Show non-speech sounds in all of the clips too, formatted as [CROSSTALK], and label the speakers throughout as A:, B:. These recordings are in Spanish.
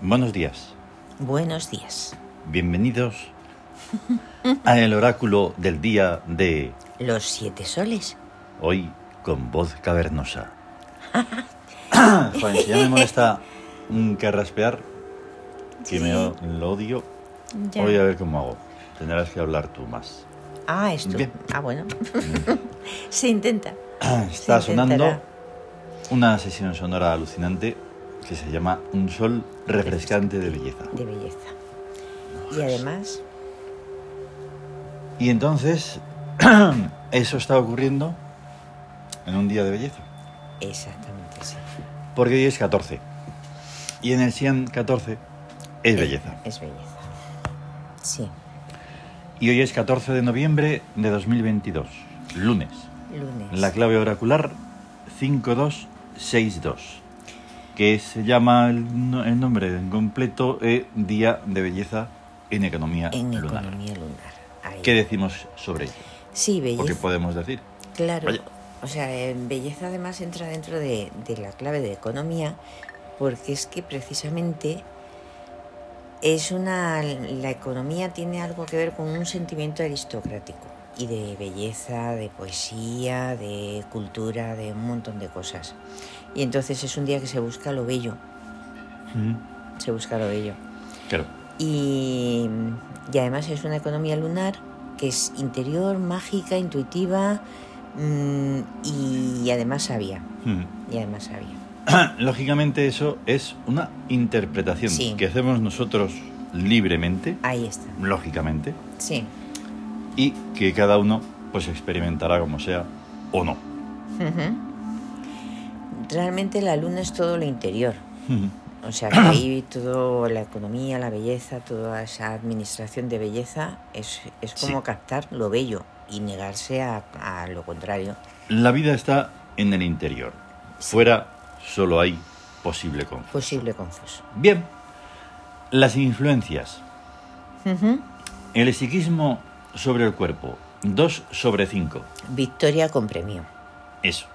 A: Buenos días.
B: Buenos días.
A: Bienvenidos a el oráculo del día de
B: Los siete soles.
A: hoy con voz cavernosa. Joder, si ya me molesta un carraspear, que me o- lo odio,
B: Ya.
A: voy a ver cómo hago. Tendrás que hablar tú más.
B: Ah, esto.
A: Bien. Mm.
B: Ah, bueno. [LAUGHS] Se intenta.
A: Está
B: Se
A: sonando
B: intentará.
A: una sesión sonora alucinante que se llama Un sol refrescante de belleza.
B: De belleza. Y además,
A: Y entonces, [CLEARS THROAT] eso está ocurriendo en un día de belleza.
B: exactamente así.
A: Porque hoy es 14. Y en el 114
B: Eh.
A: es belleza.
B: Es belleza. Sí.
A: Y hoy es 14 de noviembre de 2022, lunes.
B: Lunes.
A: La clave oracular 5262, que se llama el, no- el nombre en completo eh, Día de Belleza en Economía
B: en
A: Lunar.
B: economía lunar. Ahí.
A: ¿Qué decimos sobre ello?
B: Sí,
A: ¿O qué
B: belleza.
A: podemos decir?
B: Claro.
A: Vaya.
B: O sea, eh, belleza además entra dentro de, de la clave de economía porque es que precisamente es una la economía tiene algo que ver con un sentimiento aristocrático y de belleza, de poesía, de cultura, de un montón de cosas. Y entonces es un día que se busca lo bello,
A: Mm,
B: se busca lo bello.
A: Claro.
B: Y, y además es una economía lunar que es interior, mágica, intuitiva mm, y además sabia.
A: Mm. [CLEARS THROAT]
B: Y además sabia.
A: Lógicamente eso es una interpretación
B: Sí.
A: que hacemos nosotros libremente,
B: Ahí está.
A: lógicamente,
B: Sí.
A: y que cada uno pues experimentará como sea o no.
B: Ujú. Realmente la luna es todo lo interior. O sea, que ahí toda la economía, la belleza, toda esa administración de belleza es, es como
A: Sí.
B: captar lo bello y negarse a, a lo contrario.
A: La vida está en el interior. Fuera solo hay posible conflicto.
B: Posible confuso.
A: Bien, las influencias.
B: Ujú.
A: El psiquismo sobre el cuerpo, 2 sobre 5.
B: Victoria con premio.
A: Eso.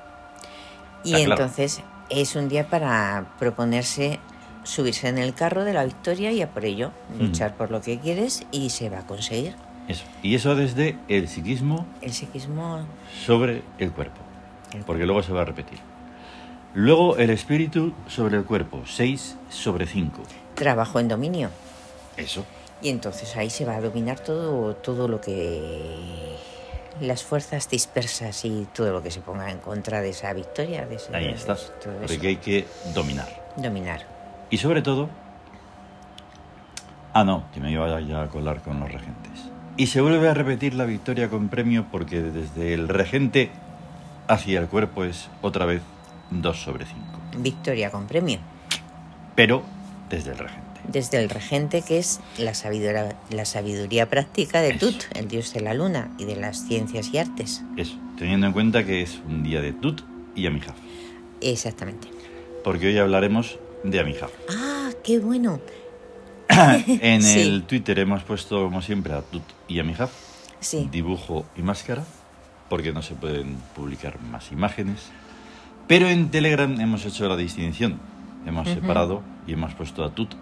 B: Y
A: Ah, claro.
B: entonces es un día para proponerse subirse en el carro de la victoria y a por ello luchar por lo que quieres y se va a conseguir.
A: Eso. Y eso desde el psiquismo
B: El psiquismo,
A: sobre el cuerpo,
B: El
A: porque luego se va a repetir. Luego el espíritu sobre el cuerpo, 6 sobre 5.
B: trabajo en dominio.
A: Eso.
B: Y entonces ahí se va a dominar todo, todo lo que las fuerzas dispersas y todo lo que se ponga en contra de esa victoria. De ese-
A: Ahí
B: de
A: estás.
B: todo eso.
A: Porque hay que dominar.
B: Dominar.
A: Y sobre todo... Ah, no, que me iba ya a colar con los regentes. Y se vuelve a repetir la victoria con premio porque desde el regente hacia el cuerpo es otra vez 2 sobre 5.
B: Victoria con premio.
A: Pero desde el regente.
B: Desde el regente que es la sabiduría, la sabiduría práctica de Tut, el dios de la luna y de las ciencias y artes.
A: Eso, teniendo en cuenta que es un día de Tut y Amijaf.
B: Exactamente.
A: porque hoy hablaremos de Amijaf.
B: Ah, qué bueno.
A: En
B: Sí.
A: el Twitter hemos puesto, como siempre, a Tut y Amijaf,
B: Sí,
A: dibujo y máscara, porque no se pueden publicar más imágenes. Pero en Telegram hemos hecho la distinción. Hemos
B: Ujú.
A: separado y hemos puesto a Tut,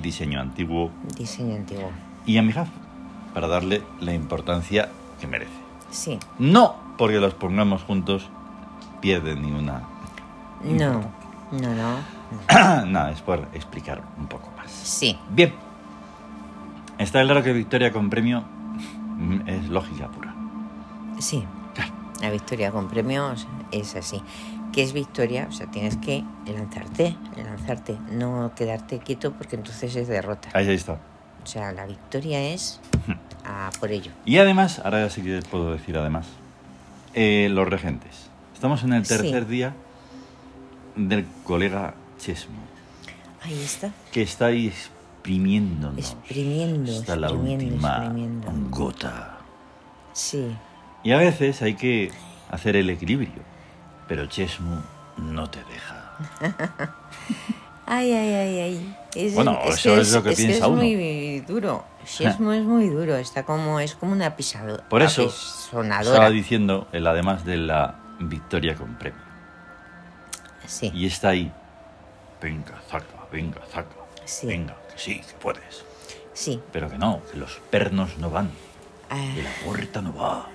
A: diseño antiguo,
B: diseño antiguo.
A: y Amijaf, para darle la importancia que merece.
B: Sí.
A: No porque los pongamos juntos, pierden ni una. [CLEARS THROAT]
B: No, no, no.
A: Nada, es por explicar un poco más.
B: Sí,
A: Bien. Está claro que victoria con premio mm, es lógica pura.
B: sí. La victoria con premios es así. ¿Qué es victoria? O sea, tienes que lanzarte, lanzarte, no quedarte quieto porque entonces es derrota.
A: Ahí está.
B: O sea, la victoria es a por ello.
A: Y además, ahora ya sí que puedo decir además, eh, los regentes. Estamos en el
B: Sí.
A: tercer día del colega Chesmo,
B: Ahí está,
A: que está ahí exprimiéndonos.
B: exprimiendo,
A: Hasta la
B: exprimiendo,
A: última
B: exprimiendo.
A: gota.
B: Sí,
A: Y a veces hay que hacer el equilibrio, pero Chesmo no te deja.
B: Ay, ay, ay, ay. Es,
A: Bueno, eso es lo que piensa
B: es
A: uno.
B: muy duro. Sí, es
A: [LAUGHS]
B: muy, es muy duro. Está como, es como una pisado,
A: Por eso
B: apisonadora.
A: Estaba diciendo el además de la victoria con premio.
B: Sí,
A: Y está ahí. Venga, saca, venga, saca.
B: Sí.
A: Venga, que sí, que puedes.
B: Sí.
A: Pero que no, que los pernos no van,
B: Ah,
A: que la puerta no va.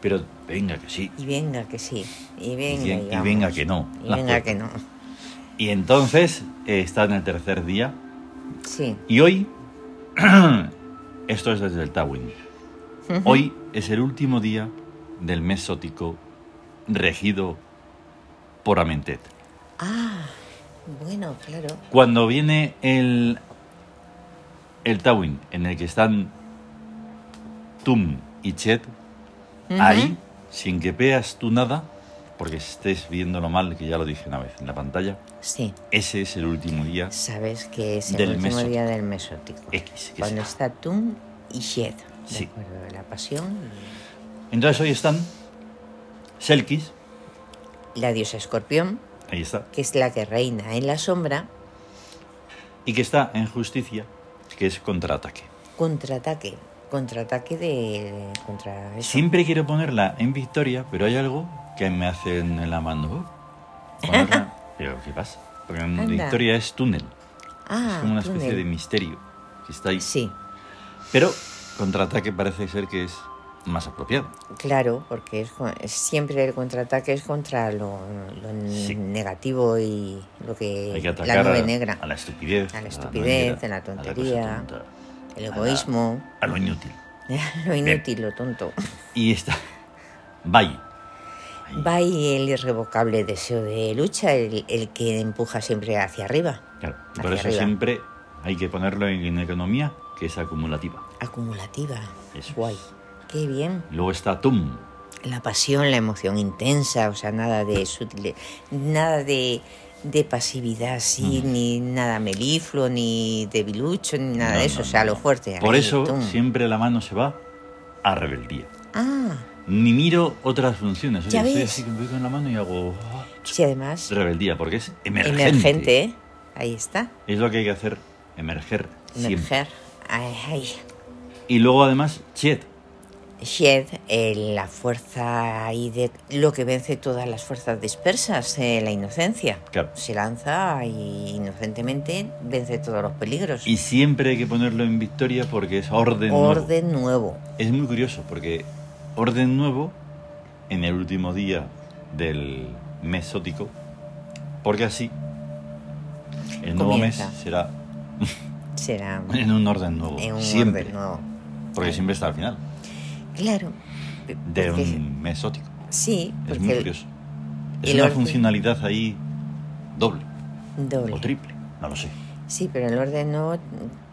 A: Pero venga, que sí.
B: y venga que sí. Y
A: Y,
B: venga,
A: bien-
B: y
A: y
B: vamos.
A: venga que no.
B: Y
A: la
B: venga
A: puerta.
B: que no.
A: Y entonces eh, está en el tercer día
B: Sí.
A: y hoy, [CLEARS THROAT] esto es desde el Tawin, hoy es el último día del mes sótico regido por Amentet.
B: Ah, bueno, claro.
A: Cuando viene el, el Tawin, en el que están Tum y Chet,
B: Ujú.
A: ahí, sin que veas tú nada, porque estés viéndolo mal, que ya lo dije una vez en la pantalla,
B: Sí.
A: ese es el último día
B: Sabes que es el
A: Del
B: último
A: mesótico.
B: día del mesótico.
A: X. que
B: cuando
A: sea.
B: está Tum y Shed. De
A: Sí.
B: acuerdo, la pasión.
A: Entonces hoy están Selkis,
B: y La diosa escorpión,
A: ahí está,
B: que es la que reina en la sombra,
A: y que está en Justicia, que es contraataque.
B: contraataque. Contraataque de. Contra eso.
A: Siempre quiero ponerla en Victoria, pero hay algo que me hacen la mano. "Oh,
B: [LAUGHS]
A: ponerla". pero ¿qué pasa? Porque en
B: Anda.
A: Victoria es túnel,
B: Ah,
A: es como una especie
B: túnel.
A: de misterio que está ahí.
B: Sí,
A: Pero contraataque parece ser que es más apropiado.
B: claro, porque es, con- es siempre el contraataque es contra lo, lo
A: Sí.
B: negativo y lo que.
A: Hay que
B: eh, la
A: atacar
B: nube
A: a,
B: negra.
A: a la estupidez,
B: A la
A: no
B: estupidez,
A: negra,
B: a la
A: a cosa
B: tontería,
A: tonta,
B: el
A: a la-
B: egoísmo. [LAUGHS]
A: a lo inútil.
B: Lo inútil, lo tonto.
A: Y [LAUGHS] está Bai. Ahí,
B: Va y el irrevocable deseo de lucha, el, el que empuja siempre hacia arriba,
A: claro. Y
B: hacia
A: Por eso
B: arriba.
A: siempre hay que ponerlo en, en economía, que es acumulativa.
B: acumulativa.
A: Eso
B: Guay.
A: es.
B: Qué bien.
A: Luego está Tum.
B: La pasión, la emoción intensa, o sea, nada de sutil, nada de, de pasividad así,
A: Mm.
B: ni nada melifluo, ni debilucho, ni nada
A: No,
B: de eso,
A: no,
B: o sea,
A: no,
B: lo
A: no.
B: fuerte.
A: Por
B: ahí,
A: eso
B: tum.
A: siempre la mano se va a rebeldía.
B: Ah,
A: Ni miro otras funciones. Oye,
B: Ya
A: estoy
B: ves.
A: así que voy con la mano y hago ah,
B: sí, además,
A: rebeldía, porque es emergente.
B: emergente, ¿eh? ahí está,
A: Es lo que hay que hacer, emerger siempre.
B: emerger. Ay, ay.
A: Y luego además, Chet.
B: Shed, eh, la fuerza ahí de lo que vence todas las fuerzas dispersas, eh, la inocencia.
A: Claro.
B: Se lanza y inocentemente vence todos los peligros.
A: Y siempre hay que ponerlo en victoria porque es orden. nuevo.
B: Orden nuevo.
A: Es muy curioso porque orden nuevo en el último día del mes sótico, porque así el nuevo
B: Comienza.
A: mes será [LAUGHS]
B: Será
A: en un orden nuevo,
B: en un
A: siempre,
B: orden nuevo.
A: porque siempre está al final
B: Claro.
A: de
B: porque-
A: un mes sótico.
B: Sí,
A: Es
B: porque
A: muy
B: el
A: curioso. Es
B: el
A: una
B: orden-
A: funcionalidad ahí doble
B: doble.
A: o triple, no lo sé.
B: Sí, pero el orden nuevo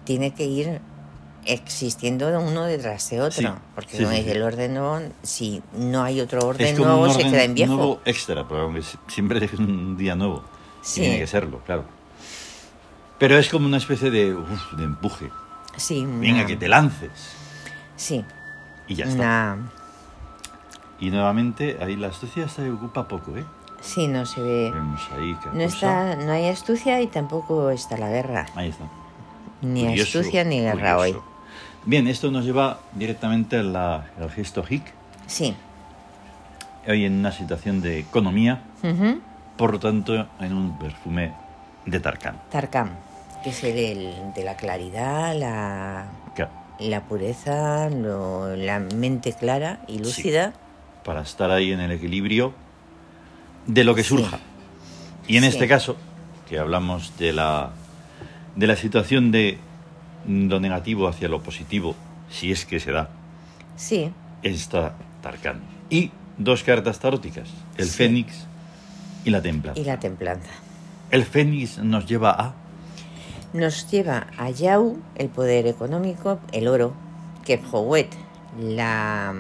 B: tiene que ir existiendo uno detrás de otro.
A: Sí,
B: Porque
A: sí,
B: no
A: sí,
B: es
A: sí.
B: el orden nuevo, si no hay otro orden
A: es como
B: nuevo,
A: un
B: se
A: orden
B: queda en viejo.
A: nuevo extra, pero aunque si- siempre es un día nuevo. y
B: Sí.
A: Tiene que serlo, claro. Pero es como una especie de, uf, de empuje.
B: Sí,
A: Venga,
B: una-
A: que te lances.
B: Sí,
A: Y ya está.
B: una...
A: Y nuevamente, ahí la astucia se ocupa poco, ¿eh?
B: Sí, no se ve.
A: Vemos ahí que
B: No, está, no hay astucia y tampoco está la guerra.
A: Ahí está.
B: Ni
A: Curioso,
B: astucia ni guerra
A: curioso. Bien, esto nos lleva directamente a la- al gesto hic.
B: hoy. Sí.
A: Hoy en una situación de economía,
B: Ujú.
A: por lo tanto, en un perfume de Tarkan.
B: Tarkam, que es el, el de la claridad, la,
A: Claro,
B: la pureza, lo- la mente clara y lúcida.
A: para estar ahí en el equilibrio de lo que
B: Sí.
A: surja. Y en
B: Sí.
A: este caso, que hablamos de la, de la situación de lo negativo hacia lo positivo, si es que se da,
B: Sí.
A: está Tarkan. Y dos cartas taróticas, el
B: Sí.
A: Fénix y la Templanza.
B: y la templanza.
A: El Fénix nos lleva a...
B: Nos lleva a Yau, el poder económico, el oro, Kefhowet, la,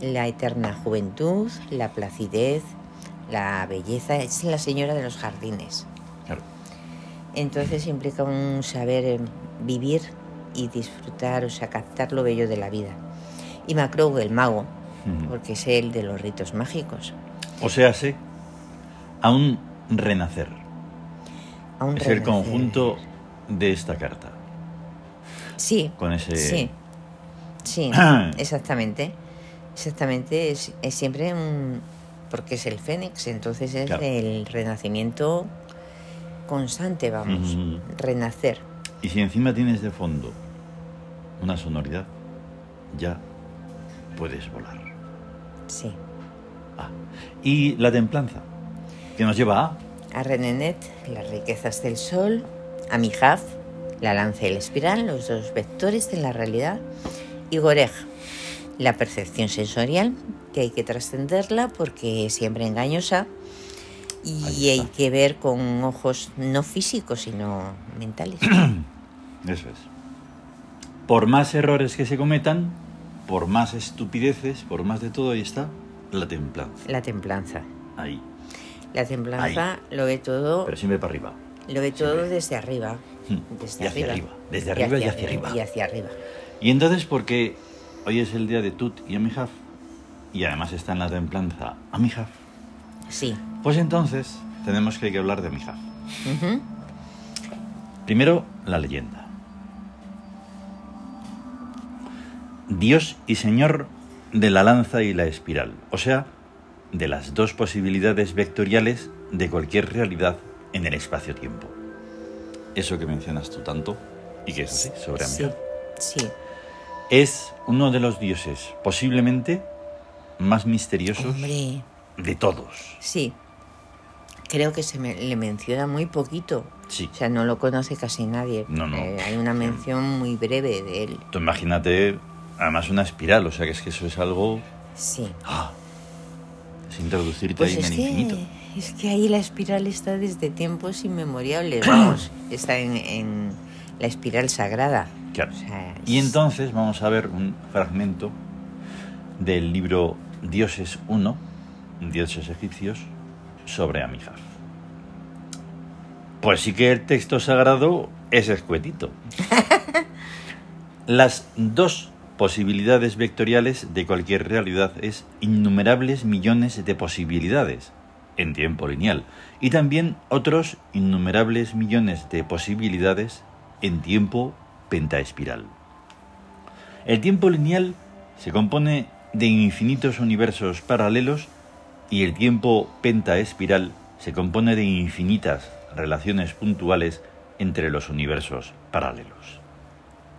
B: la eterna juventud, la placidez, la belleza. Es la señora de los jardines.
A: Claro,
B: Entonces implica un saber eh, vivir y disfrutar, o sea, captar lo bello de la vida. Y Macro, el mago,
A: Ujú.
B: porque es el de los ritos mágicos.
A: O sea, se a un renacer.
B: A un
A: Es el
B: renacer.
A: conjunto de esta carta.
B: Sí,
A: Con ese...
B: sí,
A: [CLEARS THROAT]
B: sí, exactamente. Exactamente, es, es siempre un... porque es el fénix, entonces es
A: Claro.
B: el renacimiento constante, vamos,
A: Ujú.
B: renacer.
A: Y si encima tienes de fondo una sonoridad, ya puedes volar.
B: Sí.
A: Ah, y la templanza, que nos lleva a...
B: A Renenet, las riquezas del sol. A Mijaf, la lanza y la espiral, los dos vectores de la realidad. Y Gorej, la percepción sensorial, que hay que trascenderla porque es siempre engañosa.
A: Ahí
B: Y
A: está.
B: hay que ver con ojos no físicos, sino mentales.
A: [CLEARS THROAT] Eso es. Por más errores que se cometan, por más estupideces, por más de todo, ahí está la templanza.
B: la templanza.
A: Ahí.
B: La templanza lo ve todo,
A: Pero siempre para arriba.
B: lo ve todo desde arriba.
A: Hmm.
B: Desde
A: Y hacia
B: arriba.
A: arriba. Desde arriba y hacia arriba.
B: Y hacia arriba.
A: Y entonces, porque hoy es el día de Tut y Amihaf, y además está en la templanza Amihaf,
B: Sí.
A: pues entonces tenemos que, hay que hablar de Amihaf.
B: Ujú.
A: Primero, la leyenda. Dios y Señor de la lanza y la espiral, o sea, de las dos posibilidades vectoriales de cualquier realidad en el espacio-tiempo. Eso que mencionas tú tanto y que es así, sobre
B: Sí.
A: Amihaf.
B: Sí.
A: Es uno de los dioses posiblemente más misteriosos
B: Hombre,
A: de todos.
B: sí. Creo que se me- le menciona muy poquito.
A: Sí.
B: O sea, no lo conoce casi nadie.
A: No, no.
B: Eh, hay una mención muy breve de él.
A: Tú imagínate, además una espiral, o sea que es que eso es algo...
B: Sí.
A: ¡Ah! Es introducirte
B: Pues
A: ahí en
B: es
A: el
B: que,
A: infinito.
B: es que ahí la espiral está desde tiempos
A: [CLEARS THROAT]
B: inmemoriales. Vamos, está en, en la espiral sagrada.
A: Claro.
B: O sea, es-
A: Y entonces vamos a ver un fragmento del libro Dioses 1, Dioses egipcios, sobre Amijaf. Pues sí que el texto sagrado es escuetito. Las dos posibilidades vectoriales de cualquier realidad es innumerables millones de posibilidades en tiempo lineal y también otros innumerables millones de posibilidades en tiempo pentaespiral. El tiempo lineal se compone de infinitos universos paralelos y el tiempo pentaespiral se compone de infinitas relaciones puntuales entre los universos paralelos.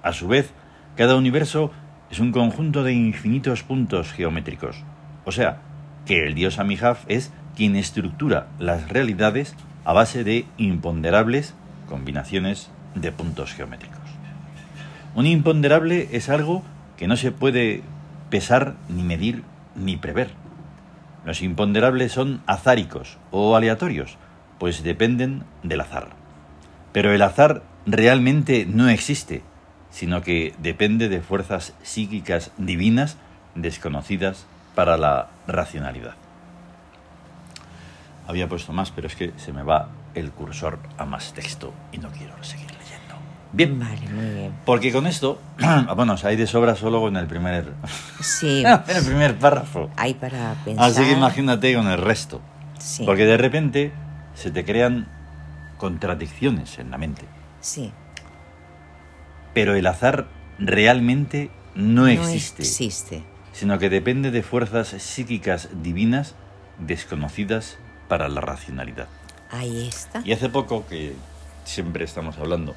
A: A su vez, cada universo es un conjunto de infinitos puntos geométricos. O sea, que el dios Amihaf es quien estructura las realidades a base de imponderables combinaciones de puntos geométricos. Un imponderable es algo que no se puede pesar, ni medir, ni prever. Los imponderables son azáricos o aleatorios, pues dependen del azar. Pero el azar realmente no existe, sino que depende de fuerzas psíquicas divinas desconocidas para la racionalidad. Había puesto más, pero es que se me va el cursor a más texto y no quiero seguir leyendo. Bien,
B: Vale, muy bien.
A: porque con esto, [CLEARS THROAT] ah, bueno, o sea, hay de sobra solo con el primer,
B: Sí,
A: [LAUGHS] en el primer párrafo.
B: hay para pensar.
A: Ah, Así que imagínate con el resto.
B: Sí,
A: Porque de repente se te crean contradicciones en la mente.
B: sí.
A: Pero el azar realmente no, existe,
B: existe.
A: sino que depende de fuerzas psíquicas divinas desconocidas para la racionalidad.
B: Ahí está.
A: Y hace poco que siempre estamos hablando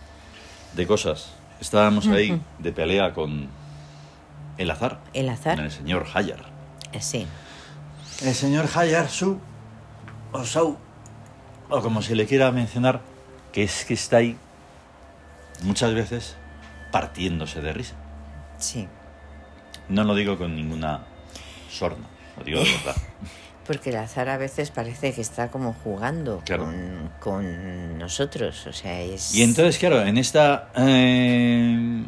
A: de cosas, estábamos ahí de pelea con el azar,
B: El
A: con
B: azar.
A: el señor Hayar.
B: Sí.
A: El señor Hayar Su, o Sau, o como se le quiera mencionar, que es que está ahí muchas veces partiéndose de risa.
B: Sí.
A: No lo digo con ninguna sorna, lo digo de verdad.
B: Porque el azar a veces parece que está como jugando
A: Claro.
B: con, con nosotros. O sea, es.
A: Y entonces, claro, en esta eh,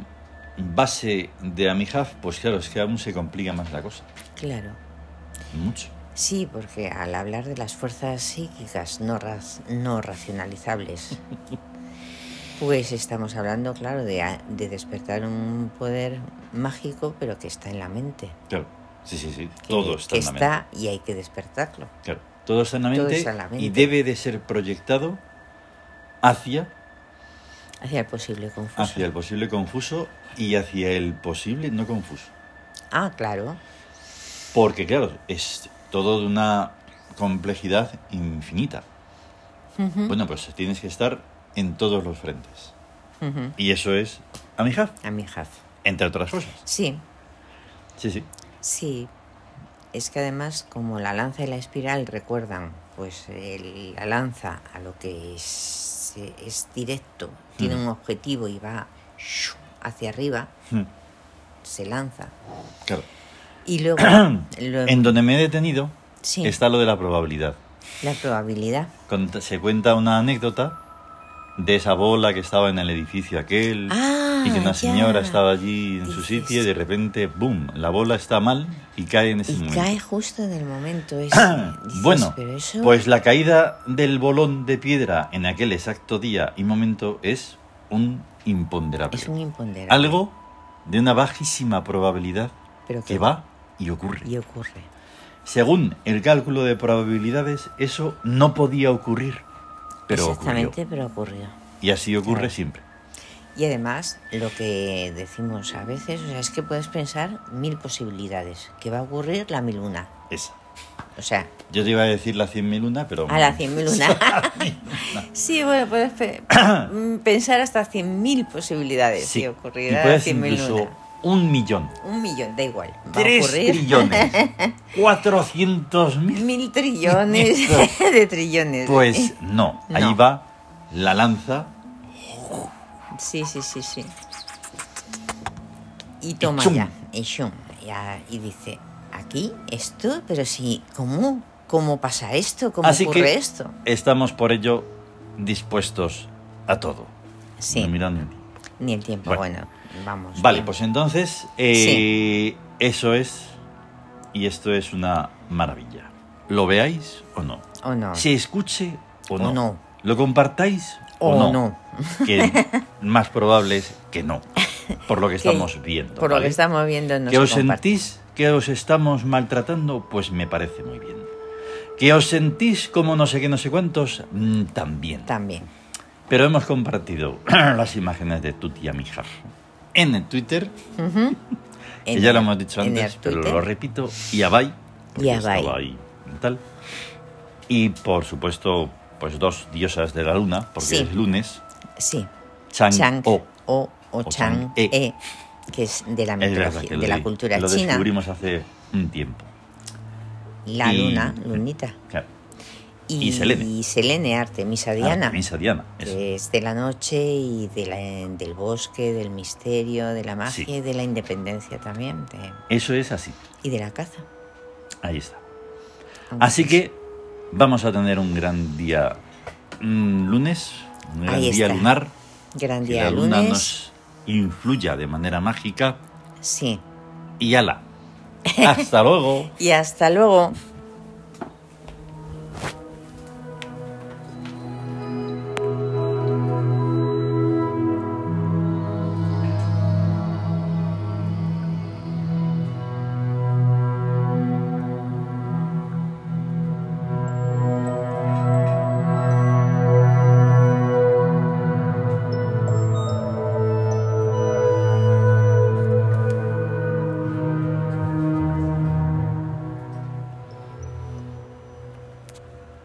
A: base de Amihaf, pues claro, es que aún se complica más la cosa.
B: Claro.
A: Mucho.
B: Sí, porque al hablar de las fuerzas psíquicas no, raz- no
A: [LAUGHS]
B: racionalizables, pues estamos hablando, claro, de, a- de despertar un poder mágico, pero que está en la mente.
A: Claro. Sí, sí, sí. Todo está
B: que
A: en la mente.
B: está y hay que despertarlo.
A: Claro, todo está en la
B: Todo
A: mente
B: está en la
A: y
B: mente.
A: debe de ser proyectado hacia
B: Hacia el posible confuso.
A: Hacia el posible confuso y hacia el posible no confuso.
B: Ah, claro.
A: Porque, claro, es todo de una complejidad infinita.
B: Ujú.
A: Bueno, pues tienes que estar en todos los frentes.
B: Ujú.
A: Y eso es Amihaf,
B: A mi hija.
A: entre otras cosas.
B: Sí,
A: Sí, sí.
B: sí. Es que además, como la lanza y la espiral recuerdan, pues el- la lanza a lo que es, es directo, tiene
A: Mm.
B: un objetivo y va shoo, hacia arriba,
A: Hmm,
B: se lanza.
A: Claro. [CLEARS THROAT]
B: Y luego, luego-
A: En donde me he detenido
B: sí,
A: está lo de la probabilidad.
B: la probabilidad.
A: Cont- se cuenta una anécdota de esa bola que estaba en el edificio aquel
B: Ah,
A: y que una
B: ya.
A: señora estaba allí en su
B: Dices.
A: sitio y de repente, ¡boom!, la bola está mal y cae en ese
B: Y
A: momento.
B: cae justo en el
A: [CLEARS THROAT]
B: momento ese. Dices,
A: bueno,
B: pero eso-
A: pues la caída del bolón de piedra en aquel exacto día y momento es un imponderable.
B: Es un imponderable.
A: Algo de una bajísima probabilidad
B: pero
A: que va y ocurre.
B: Y ocurre.
A: Según el cálculo de probabilidades, eso no podía ocurrir, pero ocurrió.
B: Exactamente, pero ocurrió.
A: Y así ocurre
B: Claro.
A: siempre.
B: Y además, lo que decimos a veces, o sea, es que puedes pensar mil posibilidades, que va a ocurrir la mil una.
A: Esa.
B: O sea,
A: Yo te iba a decir la 100.000 una, pero... mm,
B: a la cien
A: [LAUGHS]
B: mil una. sí, bueno,
A: [COUGHS]
B: puedes pe- mm, pensar hasta cien mil posibilidades
A: Sí.
B: si
A: Y
B: ocurrirá la
A: puedes
B: cien mil
A: incluso
B: una.
A: un millón.
B: Un millón, da igual. Va a
A: Tres
B: ocurrir
A: trillones. Cuatrocientos mil.
B: [LAUGHS] mil
A: [LAUGHS]
B: trillones de trillones.
A: Pues no, ahí
B: No.
A: va la lanza.
B: Sí, sí, sí, sí. Y toma
A: chum.
B: ya, y chum, ya, y dice, aquí, esto, pero sí, ¿cómo? ¿Cómo pasa esto? ¿Cómo
A: Así
B: ocurre
A: que
B: esto?
A: estamos por ello dispuestos a todo.
B: Sí,
A: No miran-
B: ni el tiempo,
A: Bueno.
B: bueno, vamos.
A: Vale,
B: bien.
A: pues entonces eh, eso es y esto es una maravilla. ¿Lo veáis o no?
B: O no,
A: ¿Se escuche o
B: Ah. O
A: no?
B: no.
A: ¿Lo compartáis o,
B: o no,
A: [LAUGHS] Que más probable es que no, por lo que
B: [LAUGHS] Que-
A: estamos viendo.
B: por lo
A: ¿vale?
B: que estamos viendo no
A: que
B: se
A: os
B: comparte.
A: sentís que os estamos maltratando, pues me parece muy bien. Que os sentís como no sé qué, no sé cuántos, mm, también.
B: También,
A: Pero hemos compartido [CLEARS THROAT] las imágenes de tu tía Mija en el Twitter, que
B: En
A: ya lo
B: el-
A: hemos dicho
B: en el
A: antes, pero
B: Twitter.
A: lo repito, y a Bai, porque
B: Y a Bai.
A: estaba ahí y tal. Y por supuesto, pues dos diosas de la luna, porque
B: Sí.
A: es lunes,
B: sí,
A: Chang, Oh.
B: Chang
A: O.
B: o, o Chang
A: Chang-e.
B: E, que es de la
A: Es verdad
B: mitología-
A: que lo
B: de la
A: di-
B: cultura
A: lo
B: china,
A: descubrimos hace un tiempo.
B: la
A: y-
B: luna, lunita.
A: Claro. Y Selene. Ah,
B: Y Selene, Artemisa Diana.
A: Artemisa Diana. eso.
B: que es de la noche y de la- del bosque, del misterio, de la magia
A: Sí.
B: y de la independencia también. de-
A: Eso es así.
B: y de la caza.
A: Ahí está.
B: Aunque
A: Así
B: es-
A: que vamos a tener un gran día mm, lunes, un gran
B: Ahí
A: día
B: está.
A: lunar.
B: Gran
A: Que
B: día
A: la luna
B: lunes.
A: nos influya de manera mágica.
B: Sí.
A: Y ala. Hasta [LAUGHS] luego.
B: Y hasta luego.